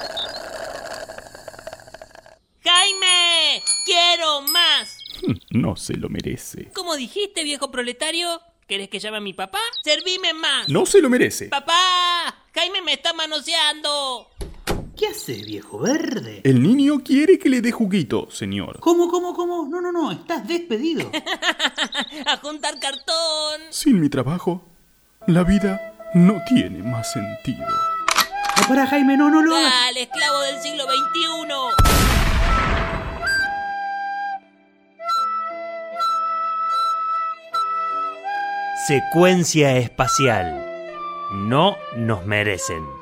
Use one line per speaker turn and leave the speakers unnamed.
No se lo merece.
¿Cómo dijiste, viejo proletario? ¿Querés que llame a mi papá? ¡Servime más!
No se lo merece.
¡Papá! ¡Jaime me está manoseando!
¿Qué haces, viejo verde?
El niño quiere que le dé juguito, señor.
¿Cómo, cómo, cómo? No, no, no, estás despedido.
¡A juntar cartón!
Sin mi trabajo, la vida no tiene más sentido.
Ah, Pará, Jaime, no, no lo hagas.
¡Al esclavo del siglo XXI!
Secuencia espacial. No nos merecen.